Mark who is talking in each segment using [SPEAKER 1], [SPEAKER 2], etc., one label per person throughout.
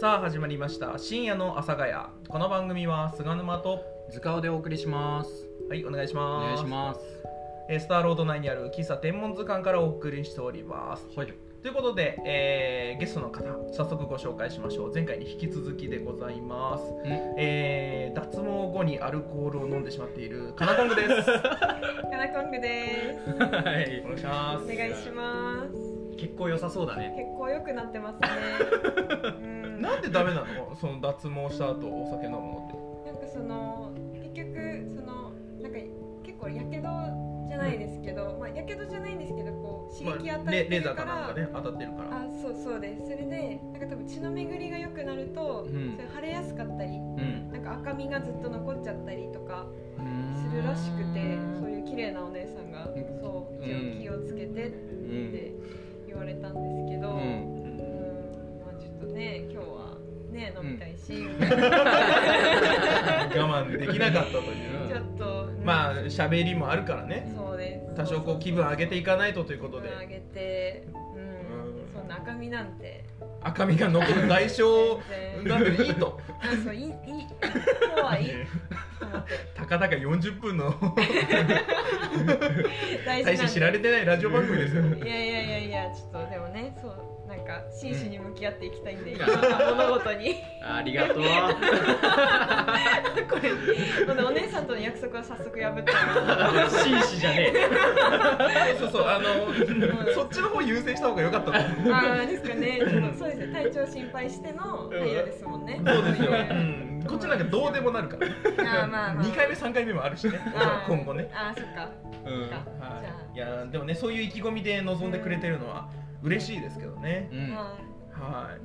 [SPEAKER 1] さあ始まりました深夜の阿佐ヶ谷この番組は菅沼と
[SPEAKER 2] 図鑑でお送りします
[SPEAKER 1] はいお願いし
[SPEAKER 2] お願
[SPEAKER 1] ま
[SPEAKER 2] い
[SPEAKER 1] す
[SPEAKER 2] します
[SPEAKER 1] えースターロード内にある喫茶天文図鑑からお送りしております
[SPEAKER 2] はい
[SPEAKER 1] ということで、えーゲストの方早速ご紹介しましょう前回に引き続きでございます、えー脱毛後にアルコールを飲んでしまっているカナコングです
[SPEAKER 3] カナコングです。
[SPEAKER 2] はい
[SPEAKER 1] お願いしま
[SPEAKER 3] お
[SPEAKER 1] す
[SPEAKER 3] 願いします。
[SPEAKER 2] 結構良さそうだね
[SPEAKER 3] 結構良くなってますね。うん、なん
[SPEAKER 1] なんでダメなのその脱毛した後お酒飲むの
[SPEAKER 3] かその結局そのなんか結構やけどじゃないですけど、まあやけどじゃないんですけどこう刺
[SPEAKER 1] って
[SPEAKER 3] 激
[SPEAKER 1] ま
[SPEAKER 3] 与
[SPEAKER 1] あレ
[SPEAKER 3] え
[SPEAKER 1] レ
[SPEAKER 3] て
[SPEAKER 1] ーザ
[SPEAKER 3] る
[SPEAKER 1] ー
[SPEAKER 3] か。
[SPEAKER 1] からなんかね当たってるから
[SPEAKER 3] あそうそうですそれでなんか多分血の巡りが良くなると、
[SPEAKER 2] うん
[SPEAKER 3] それ腫れやすかったり
[SPEAKER 2] うん
[SPEAKER 3] なんか赤みがずっと残っちゃったりとかするらしくてそういう綺麗なお姉さんが
[SPEAKER 2] ん
[SPEAKER 3] そう一応気をつけてっ
[SPEAKER 2] う
[SPEAKER 3] て
[SPEAKER 2] ん
[SPEAKER 3] 言われたんですけ
[SPEAKER 2] う
[SPEAKER 3] ど、
[SPEAKER 2] ん
[SPEAKER 3] うんまあちょっとね今日はね飲みたいし、
[SPEAKER 1] 我慢できなかったといううん
[SPEAKER 3] ちょっと、うん
[SPEAKER 1] まあ喋りもあるからね
[SPEAKER 3] そうです
[SPEAKER 1] 多少こう気分上げていかないとということ
[SPEAKER 3] 気
[SPEAKER 1] で
[SPEAKER 3] 分上げてうん、
[SPEAKER 1] うん
[SPEAKER 3] そんな赤身なんて
[SPEAKER 1] 赤みが残る代償
[SPEAKER 3] 全然
[SPEAKER 1] なんでいいと
[SPEAKER 3] あそういいいい今日 はいいと思って
[SPEAKER 1] たかだか40分の
[SPEAKER 3] 大
[SPEAKER 1] 大して知られてないラジオ番組ですよ
[SPEAKER 3] いやいやいやいやちょっとでもねそうなんか真摯に向き合っていきたいんで、
[SPEAKER 2] うん
[SPEAKER 3] 今物事に
[SPEAKER 2] ありがとう
[SPEAKER 3] これほんでお姉さんとの約束は早速破った
[SPEAKER 2] 紳士じゃねえ
[SPEAKER 1] そうそうあの
[SPEAKER 3] うん
[SPEAKER 1] そっちの方優先した方が良かったと思う
[SPEAKER 3] ああですかね。ちょっとそうですね。体調心配しての配慮ですもんね。
[SPEAKER 1] そうですよ、う
[SPEAKER 3] うん
[SPEAKER 1] ん、こっちなんかどうでもなるから
[SPEAKER 3] ああまあまあ。
[SPEAKER 1] 2回目3回目もあるしね
[SPEAKER 3] ああ
[SPEAKER 1] 今後ね。
[SPEAKER 3] ああそっか。
[SPEAKER 2] うん
[SPEAKER 3] じゃ
[SPEAKER 1] はいいやでもねそういう意気込みで臨んでくれてるのは嬉しいですけどね、
[SPEAKER 2] うん
[SPEAKER 3] は
[SPEAKER 1] はい。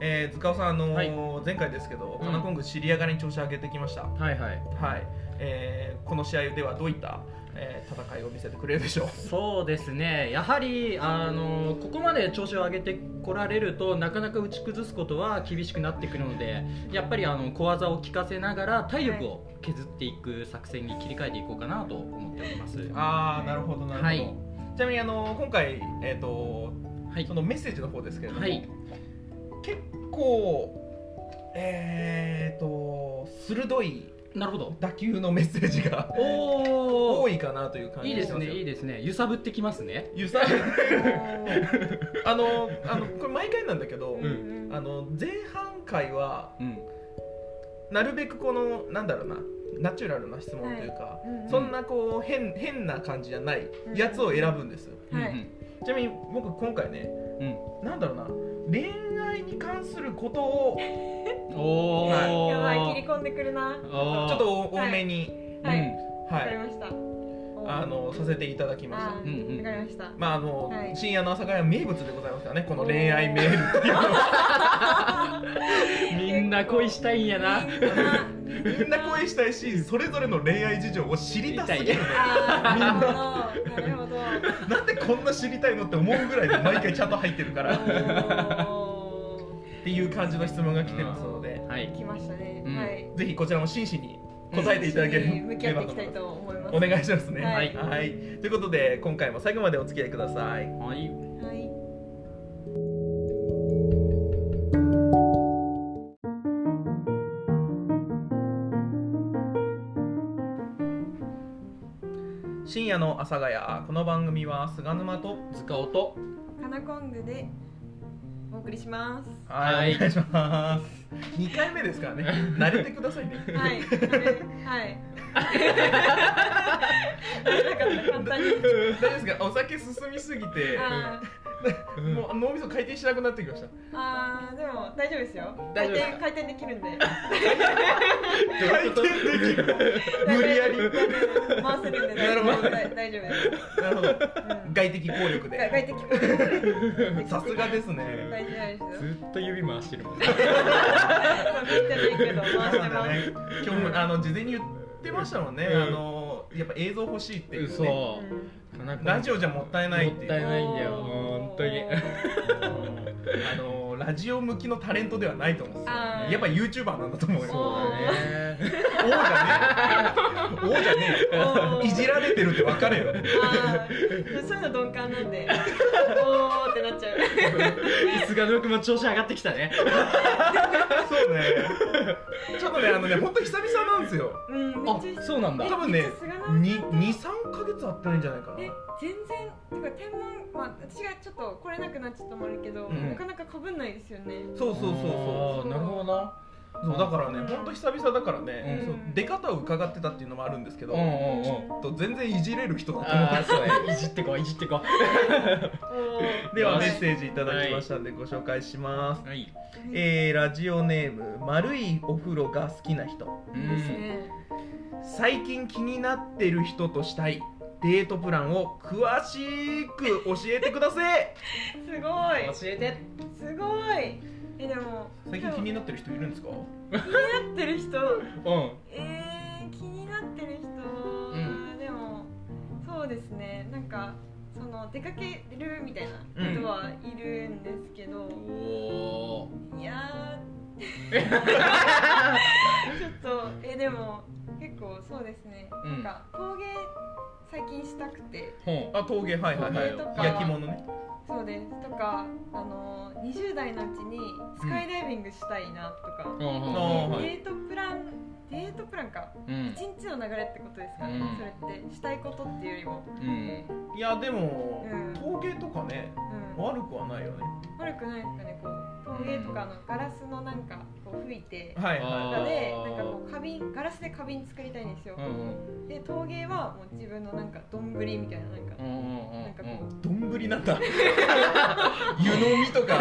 [SPEAKER 1] えー、塚尾さん、あのー前回ですけど、
[SPEAKER 2] うん
[SPEAKER 1] カナコング、尻上がりに調子上げてきました。
[SPEAKER 2] はいはい
[SPEAKER 1] はい、えーこの試合ではどういった、えー戦いを見せてくれるでしょう。
[SPEAKER 2] そうですねやはりあのここまで調子を上げてこられるとなかなか打ち崩すことは厳しくなってくるのでやっぱりあの小技を効かせながら体力を削っていく作戦に切り替えていこうかなと思っております。
[SPEAKER 1] ああ、なるほど、なるほど。
[SPEAKER 2] はい
[SPEAKER 1] ちなみに、あのー今回、えっ、と、
[SPEAKER 2] はい
[SPEAKER 1] そのメッセージの方ですけれども、
[SPEAKER 2] はい
[SPEAKER 1] 結構。えー、と鋭い
[SPEAKER 2] なるほど
[SPEAKER 1] 打球のメッセージが
[SPEAKER 2] お
[SPEAKER 1] 多
[SPEAKER 2] おい
[SPEAKER 1] いかなという感じ
[SPEAKER 2] い
[SPEAKER 1] が
[SPEAKER 2] で
[SPEAKER 1] し
[SPEAKER 2] す
[SPEAKER 1] ます
[SPEAKER 2] ね
[SPEAKER 1] よ。
[SPEAKER 2] いいですね揺さぶってきますね
[SPEAKER 1] ゆさ
[SPEAKER 3] い。お
[SPEAKER 1] あのーあのこれ毎回なんだけど、
[SPEAKER 3] ーうん
[SPEAKER 1] あの前半回は
[SPEAKER 2] うん
[SPEAKER 1] なるべくこのなんだろうなナチュラルな質問というか、
[SPEAKER 3] うんうん
[SPEAKER 1] そんなこう変変な感じじゃないやつを選ぶんですよ、
[SPEAKER 3] はい
[SPEAKER 2] うん
[SPEAKER 1] ちなみに僕今回ね
[SPEAKER 2] うん
[SPEAKER 1] なんだろうな恋愛に関すること を
[SPEAKER 2] おお
[SPEAKER 1] は
[SPEAKER 3] やばい切り込んでくるな。
[SPEAKER 1] ちょっと多めに、
[SPEAKER 3] はい。わ
[SPEAKER 1] は
[SPEAKER 3] かり
[SPEAKER 1] い
[SPEAKER 3] ました。
[SPEAKER 1] あのさせていただきまし
[SPEAKER 3] あ
[SPEAKER 1] た
[SPEAKER 3] ー
[SPEAKER 2] うんうん
[SPEAKER 3] わかりました。
[SPEAKER 1] まああの、
[SPEAKER 3] はい
[SPEAKER 1] 深夜の朝会は名物でございますからねこの恋愛メールっていうのは
[SPEAKER 2] みんな恋したいんやな
[SPEAKER 1] みんな恋したいしそれぞれの恋愛事情を知りたすぎる
[SPEAKER 3] あーなるほど。なる
[SPEAKER 1] なんでこんな知りたいのって思うぐらいで毎回ちゃんと入ってるから
[SPEAKER 3] ほど。お
[SPEAKER 1] っていう感じの質問が来てますので
[SPEAKER 3] う、
[SPEAKER 2] はい
[SPEAKER 3] ー来ましたね。
[SPEAKER 2] うん
[SPEAKER 3] はい。
[SPEAKER 1] ぜひこちらも真摯に答えていただけ
[SPEAKER 3] 真摯に
[SPEAKER 1] れ
[SPEAKER 3] 向き合
[SPEAKER 1] ば
[SPEAKER 3] っていきたいと思います。
[SPEAKER 1] お願いしますね。
[SPEAKER 3] はい
[SPEAKER 1] はいということで今回も最後までお付き合いください。
[SPEAKER 2] はい
[SPEAKER 3] はい。
[SPEAKER 1] 深夜の阿佐ヶ谷この番組は菅沼と
[SPEAKER 2] 塚尾と
[SPEAKER 3] カナコングでお送りします。
[SPEAKER 2] はい
[SPEAKER 1] お願いします。二回目ですからね。慣れてくださいね。
[SPEAKER 3] はい。はい。簡単に。
[SPEAKER 1] 大丈夫ですかお酒進みすぎて
[SPEAKER 3] あ
[SPEAKER 1] もう脳みそ回転しなくなってきました
[SPEAKER 3] ーあー、でも大丈夫ですよ。
[SPEAKER 2] 大
[SPEAKER 3] 回
[SPEAKER 2] 丈夫です
[SPEAKER 3] 転回転できる んで。
[SPEAKER 1] 回転できる無理やり
[SPEAKER 3] 回せるんで
[SPEAKER 1] なる
[SPEAKER 3] 大
[SPEAKER 1] ほ
[SPEAKER 3] 丈
[SPEAKER 1] ど
[SPEAKER 3] 夫大大丈夫です。
[SPEAKER 1] なるほど
[SPEAKER 3] うん
[SPEAKER 1] 外的効力
[SPEAKER 3] が
[SPEAKER 1] で
[SPEAKER 3] 外敵効
[SPEAKER 1] さすがですね
[SPEAKER 3] 大事大事ですよ。
[SPEAKER 2] ずっと指回してるも ん
[SPEAKER 3] 見てないけど回
[SPEAKER 1] そう
[SPEAKER 3] して
[SPEAKER 1] だ
[SPEAKER 3] ます。
[SPEAKER 1] ね。今日もあの事前に言ってましたもんね。
[SPEAKER 2] うん
[SPEAKER 1] あのやっぱ映像欲しいっていうね。
[SPEAKER 2] そう田中
[SPEAKER 1] ラジオじゃもったいないっていう
[SPEAKER 2] もったいないんだよ本当に
[SPEAKER 3] おー
[SPEAKER 1] あのラジオ向きのタレントではないと思うんですよ
[SPEAKER 3] あー
[SPEAKER 1] やっぱ YouTuber なんだと思うよ
[SPEAKER 3] そう
[SPEAKER 2] ね
[SPEAKER 1] 王じゃねえ王じゃねえよ
[SPEAKER 3] おー
[SPEAKER 1] いじられてるって分かれよ
[SPEAKER 3] あーそういうの鈍感なんで おーってなっちゃう
[SPEAKER 2] 菅野君も調子上がってきたね
[SPEAKER 1] そうねちょっとねあのね本当久々なんですよ
[SPEAKER 3] うんめっ
[SPEAKER 2] あ
[SPEAKER 3] ちゃ
[SPEAKER 2] そうなんだ
[SPEAKER 1] 多分ね
[SPEAKER 3] さすがな
[SPEAKER 1] 23か月会ってないんじゃないか
[SPEAKER 3] え
[SPEAKER 1] な
[SPEAKER 3] 全然てか天文まあ私がちょっと来れなくなっちゃったのもあるけど、
[SPEAKER 1] うん
[SPEAKER 3] なかなかかぶんないですよね
[SPEAKER 1] そうそうそうそう
[SPEAKER 2] あーなるほどな
[SPEAKER 1] そうだからね本当久々だからね、
[SPEAKER 2] うん
[SPEAKER 1] そう出方を伺ってたっていうのもあるんですけど、
[SPEAKER 2] うん
[SPEAKER 1] ち
[SPEAKER 2] うんうん
[SPEAKER 1] ょっと全然いじれる人だと思っ
[SPEAKER 2] ああそうねいじってこういじってこ
[SPEAKER 3] おー
[SPEAKER 1] てでは
[SPEAKER 2] よ
[SPEAKER 1] メ
[SPEAKER 2] し
[SPEAKER 1] ッセージいただきましたんでご紹介します、
[SPEAKER 2] うはい
[SPEAKER 1] えー、ラジオネーム丸いお風呂が好きな人
[SPEAKER 2] う
[SPEAKER 3] いいです
[SPEAKER 2] ん
[SPEAKER 3] ね
[SPEAKER 1] 最近気になってる人としたいデートプランを詳しく教えてください
[SPEAKER 3] すごい
[SPEAKER 2] 教えて
[SPEAKER 3] すごいえでも
[SPEAKER 1] 最近気になってる人いるんですか
[SPEAKER 3] でも気になってる人
[SPEAKER 2] うん
[SPEAKER 3] えー、気になってる人、
[SPEAKER 2] ん
[SPEAKER 3] でもそうですねなんかその出かけるみたいな人はいるんですけど、
[SPEAKER 2] おー
[SPEAKER 3] いや ーちょっとえでも結構そうですね、
[SPEAKER 2] うん
[SPEAKER 3] なんか陶芸最近したくて
[SPEAKER 2] ほ
[SPEAKER 1] あ陶芸はいはいはい
[SPEAKER 3] 陶芸とか
[SPEAKER 1] 焼き物ね
[SPEAKER 3] そうですとかあの20代のうちにスカイダイビングしたいなとか
[SPEAKER 2] う、うんうん
[SPEAKER 1] あーはい
[SPEAKER 3] デートプランデートプランか
[SPEAKER 2] うん
[SPEAKER 3] 一日の流れってことですか、
[SPEAKER 2] うん
[SPEAKER 3] それってしたいことっていうよりも、
[SPEAKER 2] うん
[SPEAKER 1] いやでも、
[SPEAKER 3] うん
[SPEAKER 1] 陶芸とかね
[SPEAKER 3] うん、
[SPEAKER 1] 悪くはないよね
[SPEAKER 3] 悪くないですかねこう陶芸とかのガラスのなんかこう吹いて
[SPEAKER 1] はい
[SPEAKER 2] あ
[SPEAKER 1] は
[SPEAKER 3] 中で
[SPEAKER 2] あー
[SPEAKER 3] なんかこう花瓶ガラスで花瓶作りたいんですよ、
[SPEAKER 2] うん
[SPEAKER 3] で陶芸はもう自分のなんかどんぶりみたいななんか、
[SPEAKER 2] うんうんうん
[SPEAKER 3] なんかこ
[SPEAKER 1] いどんぶりなんだ 湯飲みと か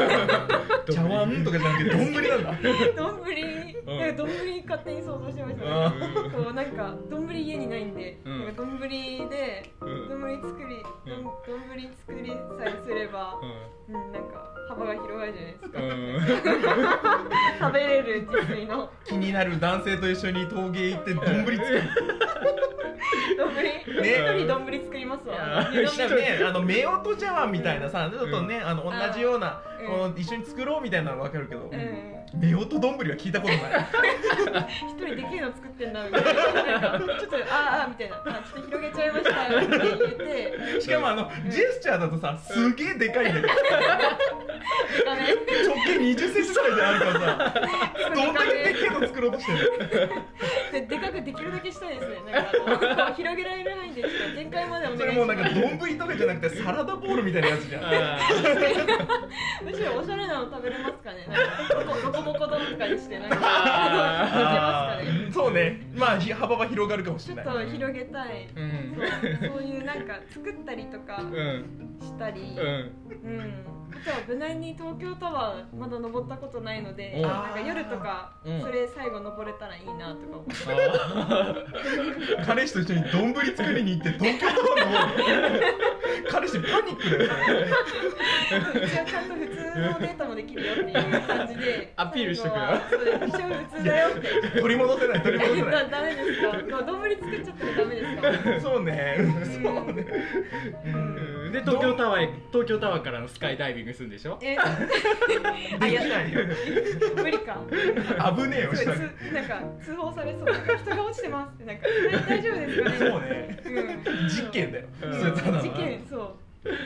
[SPEAKER 1] 茶碗とかじゃなくてどんぶりなんだ
[SPEAKER 3] うどんぶり
[SPEAKER 2] ん
[SPEAKER 3] なんかどんぶり勝手に想像してましたね
[SPEAKER 1] あ
[SPEAKER 3] こうなんかどんぶり家にないんで、
[SPEAKER 2] うん
[SPEAKER 3] なんかどんぶりでどんぶり作りどん
[SPEAKER 2] うん
[SPEAKER 3] どんぶり作りさえすれば、うん、なんか幅が広がるじゃないですか、食べれる自炊の
[SPEAKER 1] 気になる男性と一緒に陶芸行ってどんぶり作る
[SPEAKER 3] どんぶり一人どんぶり作りますわ
[SPEAKER 1] いやなんかね、 あの夫婦茶碗みたいなさ、ちょっとね、あの同じような、
[SPEAKER 3] うん
[SPEAKER 1] この一緒に作ろうみたいなのわかるけど、
[SPEAKER 3] うん
[SPEAKER 1] 夫婦丼は聞いたことない。
[SPEAKER 3] 一人でけえの作ってんだみたいななんかちょっとあーあーみたいなあちょっと広げちゃいましたって言って
[SPEAKER 1] しかもあの
[SPEAKER 3] ん
[SPEAKER 1] ジェスチャーだとさ、すげえでかいんだけど、
[SPEAKER 3] ダメ
[SPEAKER 1] 直径20センチぐらいであるからさ、どんだけでけえの作ろうとしてるの。
[SPEAKER 3] ででかくできるだけしたいですねなんかあの広げられる範囲でちょっと全開までお
[SPEAKER 1] そ
[SPEAKER 3] 願
[SPEAKER 1] れ
[SPEAKER 3] い
[SPEAKER 1] も
[SPEAKER 3] し
[SPEAKER 1] うなんか
[SPEAKER 3] ます
[SPEAKER 1] 丼とかじゃなくてサラダボールみたいなやつじゃん。
[SPEAKER 3] むしろおしゃれなの食べれますかねなんかロコボコ丼とかにしてなんかいけま
[SPEAKER 1] あ
[SPEAKER 3] すかね
[SPEAKER 1] ーそうね、まあひ幅は広がるかもし
[SPEAKER 3] ちょ
[SPEAKER 1] れな
[SPEAKER 3] っ
[SPEAKER 1] い。
[SPEAKER 3] と広げたい
[SPEAKER 2] うん
[SPEAKER 3] そうそういうなんか作ったりとか
[SPEAKER 2] うん
[SPEAKER 3] したり、
[SPEAKER 2] うん
[SPEAKER 3] うん、あとは無難に東京タワーまだ登ったことないので
[SPEAKER 2] うん
[SPEAKER 3] なんか夜とか
[SPEAKER 2] うん
[SPEAKER 3] それ最後登れたらいいなとか思って
[SPEAKER 1] 彼氏と一緒に丼作りに行って東京タワーの方に彼氏パニックだよね。
[SPEAKER 3] 一応ちゃんと普通のデートもできるよっていう感じ で
[SPEAKER 2] アピールしてくれ
[SPEAKER 3] れ一応普通だよって
[SPEAKER 1] 取り戻せない取り戻せな
[SPEAKER 3] だ
[SPEAKER 1] い
[SPEAKER 3] ダメですかどどんぶり作っちゃったらダメですか
[SPEAKER 1] そうねそうね
[SPEAKER 2] うんで東京タワーへ東京タワーからのスカイダイビングするんで しょ
[SPEAKER 1] で
[SPEAKER 3] え
[SPEAKER 1] きないよ
[SPEAKER 3] 無理か
[SPEAKER 1] 危ねえよ
[SPEAKER 3] つ
[SPEAKER 1] 下に
[SPEAKER 3] なんか通報されそうなんか人が落ちてますってなんか大丈夫ですかね
[SPEAKER 1] そうね
[SPEAKER 3] うん
[SPEAKER 1] 実験だよ
[SPEAKER 2] うん
[SPEAKER 1] それただの
[SPEAKER 3] 事件そう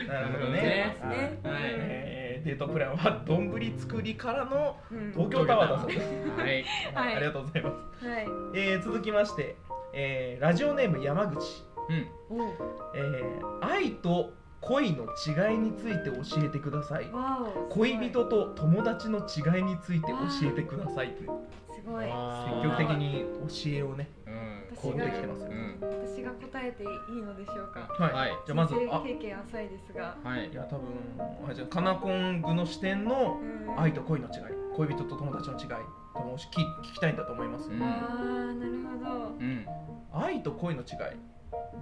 [SPEAKER 1] なるほどね
[SPEAKER 2] ね
[SPEAKER 1] はい
[SPEAKER 3] ね
[SPEAKER 2] はい
[SPEAKER 1] えーデートプランはどんぶり作りからの
[SPEAKER 3] うん
[SPEAKER 1] 東京タワーだそうです
[SPEAKER 2] はい
[SPEAKER 3] はい
[SPEAKER 1] はいありがとうございます
[SPEAKER 3] はい
[SPEAKER 1] えー続きましてえーラジオネーム山口
[SPEAKER 2] うん
[SPEAKER 3] お
[SPEAKER 1] えー愛と恋の違いについて教えてください
[SPEAKER 3] わお
[SPEAKER 1] 恋人と友達の違いについて教えてくださいという
[SPEAKER 3] すごい
[SPEAKER 1] 積極的に教えをね
[SPEAKER 2] うん
[SPEAKER 3] 私
[SPEAKER 1] こうできてますよ、
[SPEAKER 2] うん
[SPEAKER 3] 私が答えていいのでしょうか
[SPEAKER 1] はい、
[SPEAKER 2] はい
[SPEAKER 1] じゃあまず
[SPEAKER 3] 人
[SPEAKER 1] あ
[SPEAKER 3] 生経験浅いですが
[SPEAKER 2] はい
[SPEAKER 1] いや多分あじゃあカナコングの視点の
[SPEAKER 3] うん
[SPEAKER 1] 愛と恋の違い恋人と友達の違い多分聞き聞きたいんだと思います、
[SPEAKER 2] うん
[SPEAKER 3] あーなるほど
[SPEAKER 2] うん
[SPEAKER 1] 愛と恋の違い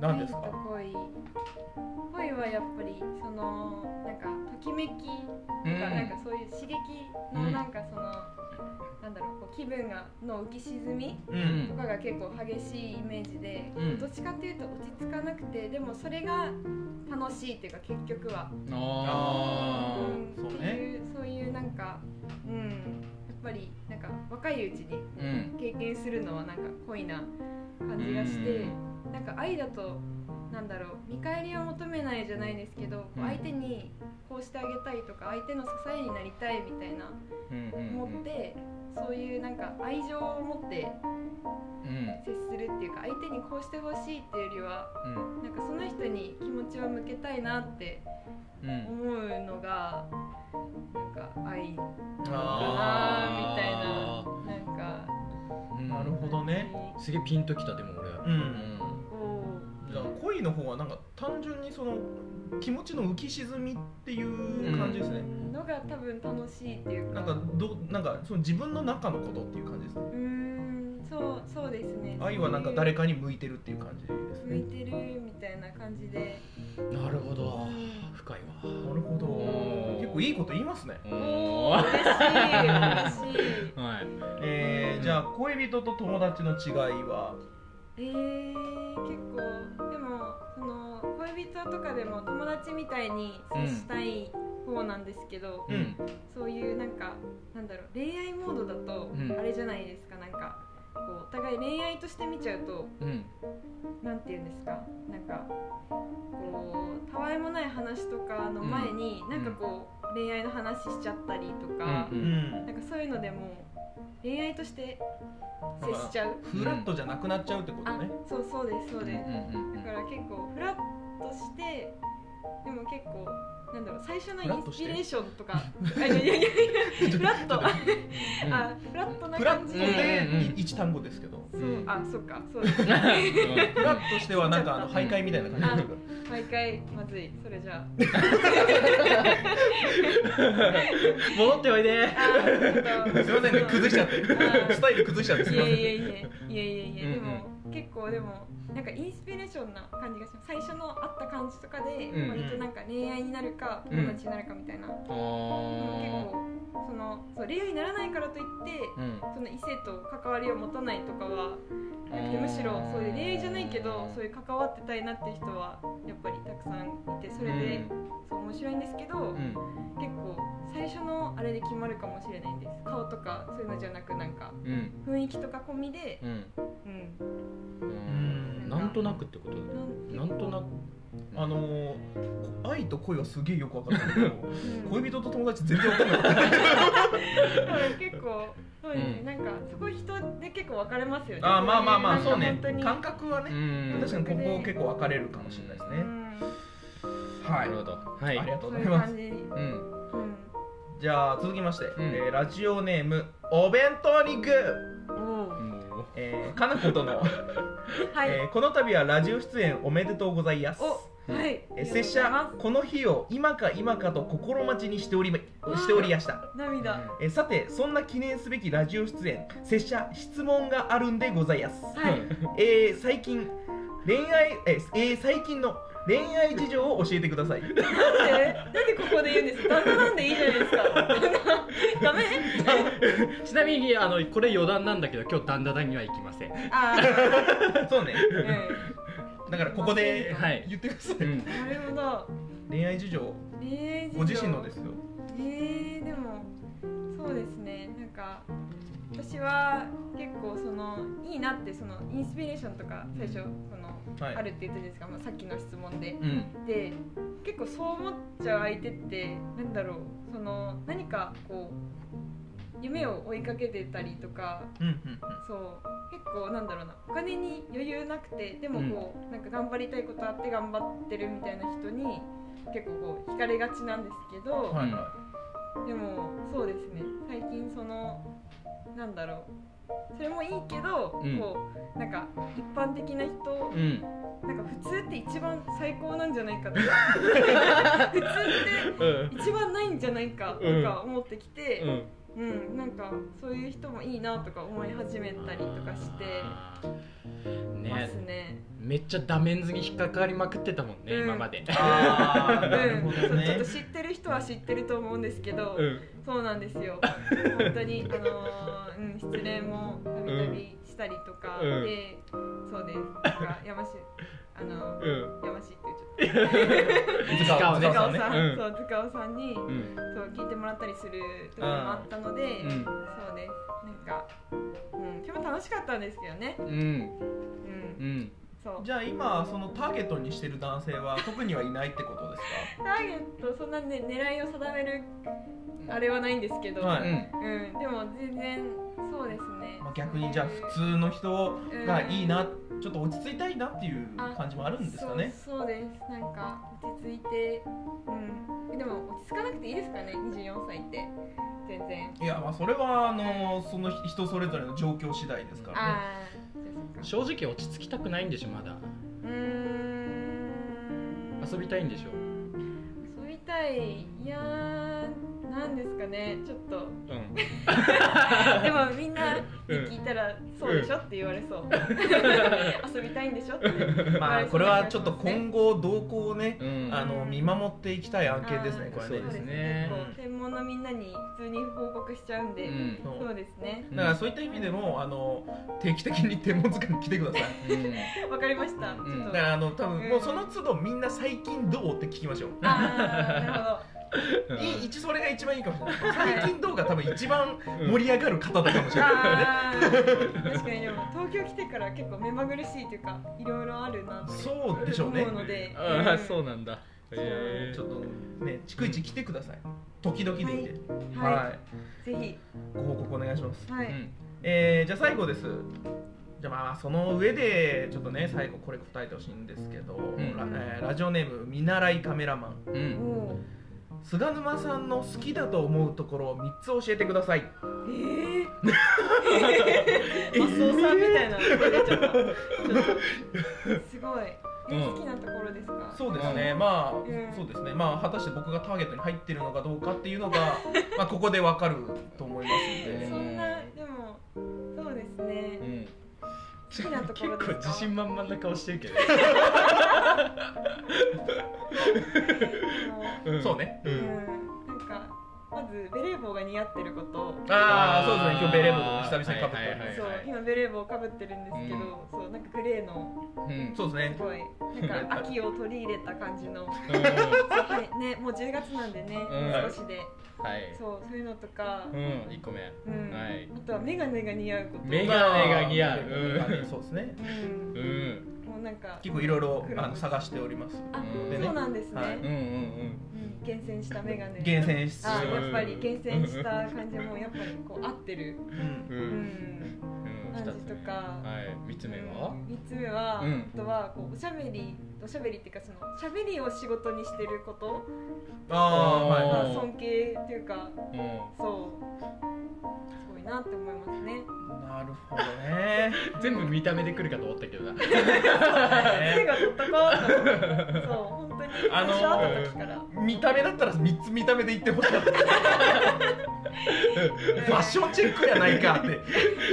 [SPEAKER 1] 何ですか
[SPEAKER 3] 愛と恋恋はやっぱりそのなんかときめ
[SPEAKER 2] う
[SPEAKER 3] き
[SPEAKER 2] ん
[SPEAKER 3] とかなんかそういう刺激
[SPEAKER 2] う
[SPEAKER 3] の
[SPEAKER 2] ん
[SPEAKER 3] なんかその、なんだろうこう気分がの浮き沈み
[SPEAKER 1] う
[SPEAKER 3] とかが結構激しいイメージで、
[SPEAKER 2] うん
[SPEAKER 3] どっちかっていうと落ち着かなくてでもそれが楽しいっていうか結局は、
[SPEAKER 2] あ
[SPEAKER 1] ー
[SPEAKER 3] うん
[SPEAKER 1] そうね
[SPEAKER 3] っていうそういうなんかうんやっぱりなんか若いうちに
[SPEAKER 2] ーうん
[SPEAKER 3] 経験するのはなんか恋な感じがして、なんか愛だとなんだろう見返りを求めないじゃないですけど、こう
[SPEAKER 2] うん
[SPEAKER 3] 相手にこうしてあげたいとか相手の支えになりたいみたいな
[SPEAKER 2] うんうん
[SPEAKER 3] 思って、そういうなんか愛情を持って
[SPEAKER 2] うん
[SPEAKER 3] 接するっていうか相手にこうしてほしいっていうよりは
[SPEAKER 2] うん
[SPEAKER 3] なんかその人に気持ちを向けたいなって
[SPEAKER 2] うん
[SPEAKER 3] 思うのがなんか愛か
[SPEAKER 2] あ
[SPEAKER 3] なみたいななんか
[SPEAKER 2] うん
[SPEAKER 1] なるほどね
[SPEAKER 2] すげえピンときたでも俺
[SPEAKER 1] う
[SPEAKER 2] うんん
[SPEAKER 3] こ
[SPEAKER 1] じゃあ恋の方はなんか単純にその気持ちの浮き沈みっていう感じですね、
[SPEAKER 3] うのが多分楽しいっていう
[SPEAKER 1] な
[SPEAKER 3] か
[SPEAKER 1] んかどなんかその自分の中のことっていう感じですね
[SPEAKER 3] うーんそうそうですね
[SPEAKER 1] 愛はなんか誰かに向いてるっていう感じです
[SPEAKER 3] 向い
[SPEAKER 1] ね
[SPEAKER 3] てるみたいな感じで
[SPEAKER 2] なるほど深いわ
[SPEAKER 1] なるほど
[SPEAKER 2] おー
[SPEAKER 1] 結構いいこと言いますね
[SPEAKER 2] おー
[SPEAKER 3] 嬉しい嬉しい
[SPEAKER 2] はい
[SPEAKER 1] えー、じゃあ恋人と友達の違いは
[SPEAKER 3] えー、結構でもその恋人とかでも友達みたいに接したい方なんですけど、
[SPEAKER 2] うん
[SPEAKER 3] そういうなんかなんだろう恋愛モードだと
[SPEAKER 2] うん
[SPEAKER 3] あれじゃないですか、なんかこうお互い恋愛として見ちゃうと
[SPEAKER 2] うん
[SPEAKER 3] なんて言うんですかなんかこうたわいもない話とかの前に、なんかこう恋愛の話しちゃったりとか、
[SPEAKER 2] うん
[SPEAKER 3] なんかそういうのでも恋愛として接しちゃう。
[SPEAKER 1] フラットじゃなくなっちゃうってこと
[SPEAKER 3] あ
[SPEAKER 1] ね、
[SPEAKER 3] そうそうですそう
[SPEAKER 2] うんう
[SPEAKER 3] です、
[SPEAKER 2] ん
[SPEAKER 3] だから結構フラッとしてでも結構なんだろう最初のインスピレーション とかあいやいやいやフラットあ
[SPEAKER 2] うん
[SPEAKER 3] あフラットな
[SPEAKER 1] フラッ
[SPEAKER 3] 感
[SPEAKER 1] ト
[SPEAKER 3] じ
[SPEAKER 2] うん
[SPEAKER 3] で、
[SPEAKER 1] で一単語ですけど
[SPEAKER 3] そう
[SPEAKER 2] うん
[SPEAKER 3] あそっかそうです
[SPEAKER 1] フラットしてはなん かあの
[SPEAKER 3] うん
[SPEAKER 1] 徘徊みたいな感じで
[SPEAKER 3] 毎回まずいそれじゃ
[SPEAKER 2] 戻っておい で
[SPEAKER 3] ああー
[SPEAKER 1] すいませんね崩しちゃっ
[SPEAKER 3] あ
[SPEAKER 1] てスタイル崩しちゃってす
[SPEAKER 3] い
[SPEAKER 1] い
[SPEAKER 3] や
[SPEAKER 1] ません
[SPEAKER 3] いやいやいやいやいやでも
[SPEAKER 2] う
[SPEAKER 3] 結構でもなんかインスピレーションな感じがします最初のあった感じとかで
[SPEAKER 2] うんうん
[SPEAKER 3] 割となんか恋愛になるか
[SPEAKER 2] うん
[SPEAKER 3] 友達になるかみたいな、でも
[SPEAKER 2] あー
[SPEAKER 3] 結構そのそう恋愛にならないからといって
[SPEAKER 2] うん
[SPEAKER 3] その異性と関わりを持たないとかはなくてむしろそういう恋愛じゃないけどそういう関わってたいなっていう人はやっぱりたくさんいてそれで、そう面白いんですけど、
[SPEAKER 2] うん
[SPEAKER 3] 結構最初のあれで決まるかもしれないんです顔とかそういうのじゃなくなんか
[SPEAKER 2] うん
[SPEAKER 3] 雰囲気とか込みで、
[SPEAKER 2] うん
[SPEAKER 3] うん、
[SPEAKER 2] うんなんとなくってことな
[SPEAKER 3] な
[SPEAKER 2] んんとなく
[SPEAKER 1] あのー、愛と恋はすげえよくわかったんだけど
[SPEAKER 3] うん
[SPEAKER 1] 恋人と友達全然わかんなかった
[SPEAKER 3] うん結構そうですね、
[SPEAKER 2] うん
[SPEAKER 3] なんかそこ人で結構分かれますよね
[SPEAKER 1] あーまあまあまあ
[SPEAKER 3] なんか
[SPEAKER 1] そうね
[SPEAKER 3] 本当に
[SPEAKER 1] 感覚は
[SPEAKER 2] う
[SPEAKER 1] ね、
[SPEAKER 2] ん
[SPEAKER 1] 確かにここ結構分かれるかもしれないです
[SPEAKER 3] う
[SPEAKER 1] ね、
[SPEAKER 3] ん
[SPEAKER 1] は
[SPEAKER 2] ないるほどは
[SPEAKER 1] あり
[SPEAKER 2] い
[SPEAKER 1] がとう
[SPEAKER 3] そ
[SPEAKER 1] ござ
[SPEAKER 3] うい
[SPEAKER 1] いうます
[SPEAKER 3] 感じうん
[SPEAKER 2] うん
[SPEAKER 1] じゃあ続きまして、
[SPEAKER 2] ん
[SPEAKER 1] えーラジオネームお弁当にグー、
[SPEAKER 3] おう
[SPEAKER 2] も
[SPEAKER 1] えー、かなことの、
[SPEAKER 3] はい、
[SPEAKER 1] えーこの度はラジオ出演おめでとうございます
[SPEAKER 3] おはい
[SPEAKER 1] えー拙者この日を今か今かと心待ちにしておりましておりやした
[SPEAKER 2] う
[SPEAKER 3] 涙
[SPEAKER 1] えーさてそんな記念すべきラジオ出演拙者質問があるんでございます
[SPEAKER 3] はい
[SPEAKER 1] えー最近恋愛えーえー最近の恋愛事情を教えてくださ い
[SPEAKER 3] なんでなんでここで言うんですか 旦那なんでいいじゃないですかダメ
[SPEAKER 2] ちなみにあのこれ余談なんだけど今日ダンダダンには行きません
[SPEAKER 3] あー
[SPEAKER 1] そうね
[SPEAKER 3] うん
[SPEAKER 1] だからここで
[SPEAKER 2] はい
[SPEAKER 1] 言ってください、
[SPEAKER 2] うん
[SPEAKER 3] なるほど
[SPEAKER 1] 恋愛事情
[SPEAKER 3] 恋愛事情
[SPEAKER 1] ご自身のですよ
[SPEAKER 3] えー、でもそうですねなんか私は結構そのいいなってそのインスピレーションとか最初その、
[SPEAKER 1] はい
[SPEAKER 3] あるって言ってたじゃないですか、まあ、さっきの質問で
[SPEAKER 2] うん
[SPEAKER 3] で結構そう思っちゃう相手ってなんだろうその何かこう夢を追いかけてたりとか
[SPEAKER 1] うんうん
[SPEAKER 3] そう結構なんだろうなお金に余裕なくてでもこう、なんか頑張りたいことあって頑張ってるみたいな人に結構こう惹かれがちなんですけど、
[SPEAKER 1] うんはいはい
[SPEAKER 3] でもそうですね最近そのなんだろうそれもいいけど、
[SPEAKER 2] うん
[SPEAKER 3] こうなんか一般的な人、
[SPEAKER 2] うん
[SPEAKER 3] なんか普通って一番最高なんじゃないかとか普通って一番ないんじゃないかとか思ってきて、
[SPEAKER 2] うん
[SPEAKER 3] うん、なんかそういう人もいいなとか思い始めたりとかして
[SPEAKER 2] あー
[SPEAKER 3] ま
[SPEAKER 2] ね
[SPEAKER 3] すね。
[SPEAKER 2] めっちゃダメンズに引っかかりまくってたもんね、
[SPEAKER 3] うん
[SPEAKER 2] 今まで
[SPEAKER 1] あ
[SPEAKER 3] う
[SPEAKER 1] あ
[SPEAKER 3] ん、
[SPEAKER 1] なるほ
[SPEAKER 3] そ
[SPEAKER 1] ど
[SPEAKER 3] うちょっ
[SPEAKER 1] ね
[SPEAKER 3] と知ってる人は知ってると思うんですけど、
[SPEAKER 2] うん
[SPEAKER 3] そうなんです よ本当にあのー、うん、失恋もたびたびしたりとか
[SPEAKER 2] うん
[SPEAKER 3] で、そうですなんか山氏あのー
[SPEAKER 2] うん
[SPEAKER 3] 山氏っていうちょ
[SPEAKER 2] 塚尾塚尾
[SPEAKER 3] っと塚尾
[SPEAKER 1] ね
[SPEAKER 3] さん、
[SPEAKER 2] うん
[SPEAKER 3] そう塚尾さんに、
[SPEAKER 2] うん
[SPEAKER 3] そう聞いてもらったりする時もあったので、
[SPEAKER 2] うん
[SPEAKER 3] そうですなんか、うん、でも楽しかったんですけどね、
[SPEAKER 2] うん
[SPEAKER 3] うん、
[SPEAKER 2] うん
[SPEAKER 3] そう
[SPEAKER 1] じゃあ今そのターゲットにしてる男性は特にはいないってことです
[SPEAKER 3] ターゲットそんなね狙いを定めるあれはないんですけど、
[SPEAKER 1] は
[SPEAKER 2] う
[SPEAKER 1] い
[SPEAKER 2] ん
[SPEAKER 3] うん、でも全然そうですね
[SPEAKER 1] か、まあ、逆にじゃあ普通の人がいいなちょっと落ち着いたいなっていう感じもあるんですかね
[SPEAKER 3] そうそうですなんか落ち着いてうんでも落ち着かなくていいですかね24歳って全然
[SPEAKER 1] いやまあそれはあのその人それぞれの状況次第ですからね
[SPEAKER 3] ああじゃあそっか
[SPEAKER 2] 正直落ち着きたくないんでしょまだ
[SPEAKER 3] うーん
[SPEAKER 2] 遊びたいんでしょ
[SPEAKER 3] 遊びたいいやーなんですかねちょっと
[SPEAKER 2] うん
[SPEAKER 3] でもみんなに聞いたら「そうでしょ?」って言われそう 遊びたいんでしょって
[SPEAKER 1] まあこれはちょっと今後動向をね
[SPEAKER 2] うん
[SPEAKER 1] あの見守っていきたい案件ですねこれ
[SPEAKER 2] そ
[SPEAKER 1] ね
[SPEAKER 2] うですね
[SPEAKER 3] そうです結構専門のみんなに普通に報告しちゃうん
[SPEAKER 2] う
[SPEAKER 3] で、
[SPEAKER 2] ん
[SPEAKER 1] そう
[SPEAKER 3] そうですね
[SPEAKER 1] だからそういった意味でもあの定期的に手も塚に来てください
[SPEAKER 2] うん
[SPEAKER 3] わかりまし
[SPEAKER 2] う
[SPEAKER 3] た、
[SPEAKER 2] ん
[SPEAKER 3] ち
[SPEAKER 1] だか
[SPEAKER 3] ょっと
[SPEAKER 1] らあの多分もうその都度みんな最近どうって聞きましょう
[SPEAKER 3] あーなる ほど
[SPEAKER 1] いい一それが一番いいかもしれない最近どうが多分一番盛り上がる方だかもしれないからね
[SPEAKER 3] あー確かにでも東京来てから結構目まぐるしいというかいろいろあ るなって
[SPEAKER 1] そうでしょうね
[SPEAKER 3] 思うので
[SPEAKER 2] ああそう
[SPEAKER 3] な
[SPEAKER 2] なんだ
[SPEAKER 3] そう
[SPEAKER 2] へえ
[SPEAKER 1] ちょっとね逐一来てください時々でいいんで
[SPEAKER 3] はい、
[SPEAKER 1] はい
[SPEAKER 3] ぜひ
[SPEAKER 1] ご報告お願いします
[SPEAKER 3] は
[SPEAKER 2] う
[SPEAKER 3] い、
[SPEAKER 2] ん
[SPEAKER 1] えーじゃあ最後ですじゃあまあその上でちょっとね最後これ答えてほしいんですけど、
[SPEAKER 2] ん
[SPEAKER 1] ラえーラジオネーム見習いカメラマン
[SPEAKER 2] う
[SPEAKER 3] お
[SPEAKER 2] ん
[SPEAKER 3] お
[SPEAKER 1] 菅沼さんの好きだと思うところを3つ教えてください
[SPEAKER 3] ええー、マスオさんみたいなのが出ちゃったちょっとすごいえ
[SPEAKER 2] うん
[SPEAKER 3] 好きなところですか、
[SPEAKER 1] そうですね、まあ、
[SPEAKER 3] うん
[SPEAKER 1] そうですねまあ果たして僕がターゲットに入ってるのかどうかっていうのがまあここでわかると思いますん
[SPEAKER 2] う
[SPEAKER 1] で、
[SPEAKER 3] そんなでもそうですね
[SPEAKER 2] うん
[SPEAKER 3] 好きなところですか
[SPEAKER 2] 結構自信満々な顔してるけど
[SPEAKER 3] あ
[SPEAKER 2] うん
[SPEAKER 1] そうね
[SPEAKER 2] う
[SPEAKER 3] のうんんなんかまずベレー帽が似合ってること
[SPEAKER 1] ああそうです
[SPEAKER 2] あー
[SPEAKER 1] ね今日ベレー帽を久々にかぶっております、
[SPEAKER 2] はい
[SPEAKER 3] そう
[SPEAKER 2] はい
[SPEAKER 3] 今ベレー帽かぶってるんですけど、
[SPEAKER 2] うん
[SPEAKER 3] そうなんかグレーの
[SPEAKER 2] うん
[SPEAKER 1] そうです
[SPEAKER 3] す
[SPEAKER 1] ね
[SPEAKER 3] ごいなんか秋を取り入れた感じのはい ねもう10月なんでね、
[SPEAKER 2] ん
[SPEAKER 3] もう少しで
[SPEAKER 2] はい
[SPEAKER 3] そうそういうのとか、
[SPEAKER 2] うん一個目
[SPEAKER 3] うん
[SPEAKER 2] はい
[SPEAKER 3] あとは眼鏡が似合うこと
[SPEAKER 2] メガネが似合う
[SPEAKER 1] まあメガネ
[SPEAKER 2] うん
[SPEAKER 1] そうですね
[SPEAKER 3] うん
[SPEAKER 2] うん
[SPEAKER 3] もうなんか
[SPEAKER 1] 結構いろいろあの探しております
[SPEAKER 3] あ、
[SPEAKER 2] うん
[SPEAKER 3] そうなんですね、
[SPEAKER 1] はい
[SPEAKER 2] うんうんうん
[SPEAKER 3] うん厳選した眼鏡
[SPEAKER 1] 厳選し
[SPEAKER 3] あ
[SPEAKER 2] うん
[SPEAKER 3] やっぱり厳選した感じもやっぱりこう合ってる、
[SPEAKER 1] うん
[SPEAKER 2] う
[SPEAKER 3] うんん、
[SPEAKER 2] うん
[SPEAKER 3] 感じとか
[SPEAKER 2] はい三つ目は
[SPEAKER 3] 3つ目は、
[SPEAKER 2] うん
[SPEAKER 3] あとはこうおしゃべりおしゃべりっていうかそのしゃべりを仕事にしてること
[SPEAKER 1] ああー
[SPEAKER 2] お
[SPEAKER 1] はい
[SPEAKER 2] ー
[SPEAKER 3] が尊敬っていうか
[SPEAKER 2] うん
[SPEAKER 3] そうすごいなって思いますね
[SPEAKER 1] なるほどね
[SPEAKER 2] 全部見た目で来るかと思ったけどな
[SPEAKER 3] 手
[SPEAKER 1] ね
[SPEAKER 3] が取っとこうと思ってそう本当に
[SPEAKER 1] あのー
[SPEAKER 3] 最初会った時から、
[SPEAKER 1] 見た目だったら3つ見た目で言ってほしかったファッションチェックやないかって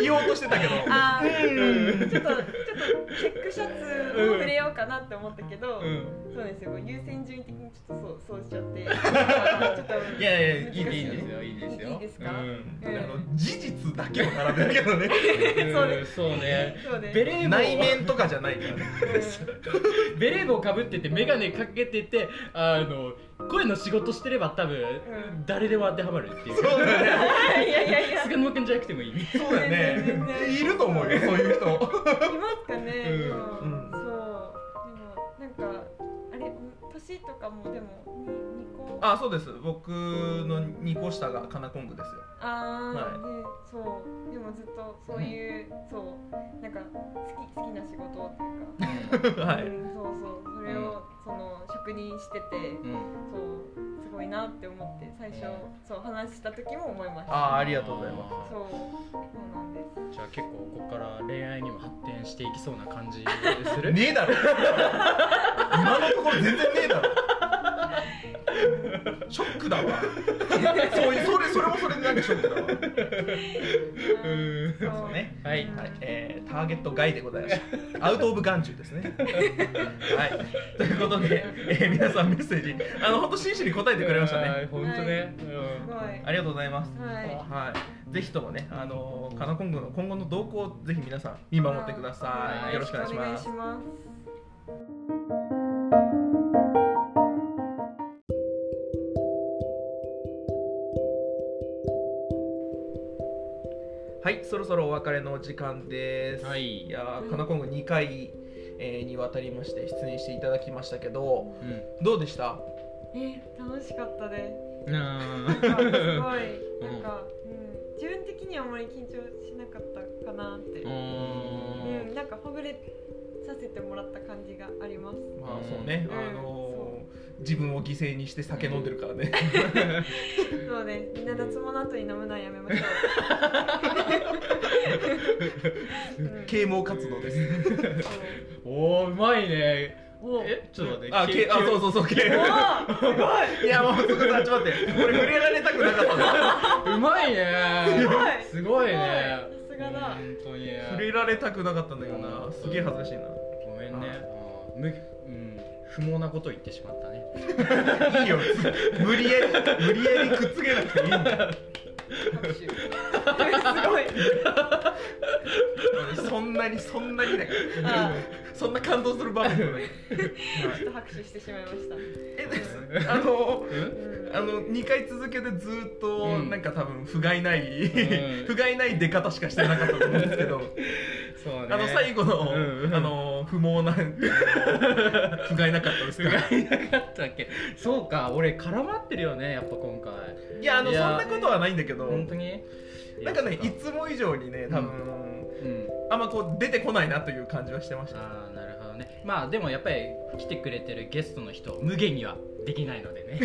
[SPEAKER 1] 言おうとしてたけど
[SPEAKER 3] あーうんちょっとちょっとチェックシャツを触れようかなって思ったけど、
[SPEAKER 2] うん
[SPEAKER 3] そうですよ優先順位的にちょっとそうそうしちゃってちょっと
[SPEAKER 1] いやいやい
[SPEAKER 3] 難
[SPEAKER 1] い
[SPEAKER 3] し
[SPEAKER 1] です
[SPEAKER 2] いい
[SPEAKER 1] よ
[SPEAKER 2] ですよいいですよ
[SPEAKER 3] いいですか
[SPEAKER 2] う
[SPEAKER 1] あ
[SPEAKER 2] ん
[SPEAKER 1] の事実だけを並べるけどね
[SPEAKER 3] そうです
[SPEAKER 2] んそうね
[SPEAKER 3] そうね
[SPEAKER 2] ベレー帽
[SPEAKER 1] 内面とかじゃないからね
[SPEAKER 2] ベレー帽かぶってて眼鏡かけててあの声の仕事してれば多分、
[SPEAKER 3] ん
[SPEAKER 2] 誰でも当てはまるっていう
[SPEAKER 1] そうだよね
[SPEAKER 3] うんいやいやいや
[SPEAKER 2] 菅沼君じゃなくてもいい
[SPEAKER 1] そうだよ
[SPEAKER 3] 全然全
[SPEAKER 1] ね
[SPEAKER 3] 然
[SPEAKER 1] いると思うよそういう人
[SPEAKER 3] いますかね、
[SPEAKER 2] うん
[SPEAKER 3] でも
[SPEAKER 1] うん
[SPEAKER 3] そうでもなんかあれ年とかもでもに2個
[SPEAKER 1] あそうです僕の2個下がカナコングですよ
[SPEAKER 3] あー、
[SPEAKER 1] はい
[SPEAKER 3] でそうでもずっとそういう、そうなんか好き好きな仕事っていうか、
[SPEAKER 1] は
[SPEAKER 3] う
[SPEAKER 1] い
[SPEAKER 3] ん、そうそうそれを、その職人してて、
[SPEAKER 2] うん
[SPEAKER 3] そうすごいなって思って最初、そう話した時も思いました
[SPEAKER 1] あーありがとうございます
[SPEAKER 3] そうそうなんです
[SPEAKER 2] じゃあ結構ここから恋愛にも発展していきそうな感じする、
[SPEAKER 1] ねえだろ今のところ全然ね えだろショックだわそういうそれそれもそ
[SPEAKER 4] それで何しようってな
[SPEAKER 2] うん
[SPEAKER 1] そうね
[SPEAKER 2] はい
[SPEAKER 1] はいえーターゲット外でございました。アウトオブ眼中ですね。はい。ということで、えー皆さんメッセージ、あの本当真摯に答えてくれました
[SPEAKER 2] は
[SPEAKER 1] ね。
[SPEAKER 2] い本当ね
[SPEAKER 3] すごい
[SPEAKER 1] ありがとうございます。
[SPEAKER 3] は
[SPEAKER 1] はい。ぜひともね、あのカナコングの今後の動向をぜひ皆さん見守ってくださ
[SPEAKER 2] はい
[SPEAKER 1] い。よろしくお願いし
[SPEAKER 3] お願
[SPEAKER 1] ま
[SPEAKER 3] い
[SPEAKER 1] す
[SPEAKER 3] し。ます
[SPEAKER 1] はい、そろそろお別れの時間です。
[SPEAKER 2] はい
[SPEAKER 1] いやー、カナコング2回、えーにわたりまして出演していただきましたけど、
[SPEAKER 2] うん
[SPEAKER 1] どうでした
[SPEAKER 3] え楽しかったで
[SPEAKER 2] う
[SPEAKER 3] す
[SPEAKER 2] ん
[SPEAKER 3] なんかすごいなんか、うん、自分的にはあまり緊張しなかったかなっ て
[SPEAKER 2] う
[SPEAKER 3] うんん、なんかほぐれさせてもらった感じがあります。
[SPEAKER 1] まあそうね、
[SPEAKER 3] うん
[SPEAKER 1] あのー自分を犠牲にして酒飲んでるからね。
[SPEAKER 3] そうね、みんな脱毛の後に飲むのはやめましょう。うん
[SPEAKER 1] 啓蒙活動です。
[SPEAKER 3] そう
[SPEAKER 2] おーうまいね
[SPEAKER 3] お
[SPEAKER 2] えちょっと待って
[SPEAKER 1] あ、け、あ、そうそうそう、啓蒙。
[SPEAKER 3] おー
[SPEAKER 1] いや、もう、ちょっと待って、俺触れられたくなかったんだ。
[SPEAKER 2] うまいねす
[SPEAKER 3] す
[SPEAKER 2] ご
[SPEAKER 3] ご
[SPEAKER 2] い
[SPEAKER 3] い
[SPEAKER 2] ね
[SPEAKER 3] さすがだ
[SPEAKER 2] 本当に
[SPEAKER 1] 触れられたくなかったんだけどな、すげえ恥ずかしいな。
[SPEAKER 2] ごめんね無うん不毛なこと言ってしまったね
[SPEAKER 1] いいよ、無理やり、無理やりくっつけなくていいんだよ。
[SPEAKER 3] 拍手すごい。
[SPEAKER 1] そんなに、そんなにだか
[SPEAKER 3] あ
[SPEAKER 1] ら、そんな感動する場面でも ない。
[SPEAKER 3] ー、ちょっと拍手してしまいました。
[SPEAKER 1] え、ですあの
[SPEAKER 2] う、ん
[SPEAKER 3] うん
[SPEAKER 1] あの、二回続けてずっと、
[SPEAKER 2] うん
[SPEAKER 1] なんか多分、不甲斐ない、
[SPEAKER 2] うん
[SPEAKER 1] 不甲斐ない出方しかしてなかったと思うんですけ ど、
[SPEAKER 2] そうね
[SPEAKER 1] あの、 最後の、
[SPEAKER 2] うん
[SPEAKER 1] あの、不毛な、不甲斐なかったですか
[SPEAKER 2] すが
[SPEAKER 1] ら。
[SPEAKER 2] いなかったっけそうか俺絡まってるよねやっぱ今回
[SPEAKER 1] いや、あの、
[SPEAKER 2] い
[SPEAKER 1] そん
[SPEAKER 2] や
[SPEAKER 1] なことはないんだけど、
[SPEAKER 2] 本当に
[SPEAKER 1] なんかね、
[SPEAKER 2] いや
[SPEAKER 1] いつも以上にね、多分、
[SPEAKER 2] そううん
[SPEAKER 1] あんまこう出てこないなという感じはしてました。
[SPEAKER 2] ああなるほどねまあでもやっぱり来てくれてるゲストの人無限にはできないのでね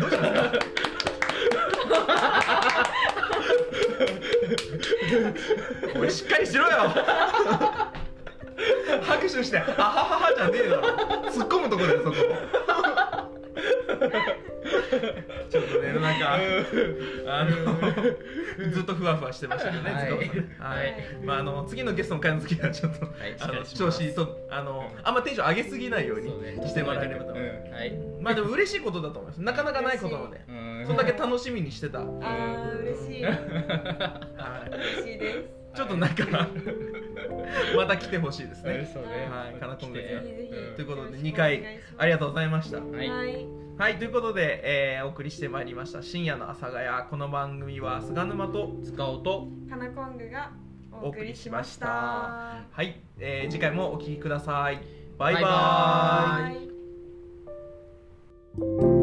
[SPEAKER 1] どうしたんですかおいしっかりしろよ拍手して「あははは」じゃねえだろ突っ込むとこだよそこちょっとねなん かあのずっとふわふわしてましたけどね、
[SPEAKER 2] はい
[SPEAKER 1] ずっとは
[SPEAKER 2] はい
[SPEAKER 1] い、まああの次のゲストの会の時はちょっと、
[SPEAKER 2] い
[SPEAKER 1] あ
[SPEAKER 2] しっか
[SPEAKER 1] の
[SPEAKER 2] りしま
[SPEAKER 1] 調
[SPEAKER 2] す
[SPEAKER 1] 子とあのあんまテンション上げすぎないように
[SPEAKER 2] そうね
[SPEAKER 1] してもらえればと思います、
[SPEAKER 2] うんはい
[SPEAKER 1] まあでも嬉しいことだと思います。なかなかないことなので、
[SPEAKER 2] うん
[SPEAKER 1] そんだけ楽しみにしてた。は
[SPEAKER 3] あー、嬉 しい。
[SPEAKER 1] い
[SPEAKER 3] 嬉しいです。
[SPEAKER 1] ちょっとなんか また来てほしいですね。
[SPEAKER 2] そうね
[SPEAKER 1] はいかなこんです
[SPEAKER 3] ぜ
[SPEAKER 1] が
[SPEAKER 3] ひぜひ。
[SPEAKER 1] ということ
[SPEAKER 3] よろ
[SPEAKER 1] で
[SPEAKER 3] しく
[SPEAKER 1] 2
[SPEAKER 3] お願
[SPEAKER 1] 回
[SPEAKER 3] いします
[SPEAKER 1] ありがとうございました。
[SPEAKER 2] はい
[SPEAKER 3] はい。
[SPEAKER 1] はいということで、えーお送りしてまいりました深夜の阿佐ヶ谷この番組は菅沼と
[SPEAKER 2] 使おうと
[SPEAKER 3] カナコングがお送りしまし
[SPEAKER 1] お
[SPEAKER 3] た。
[SPEAKER 1] はい、えー次回もお聞きください。バイバ
[SPEAKER 2] バイバ
[SPEAKER 1] ーイ
[SPEAKER 2] ーイ
[SPEAKER 3] イ。
[SPEAKER 4] い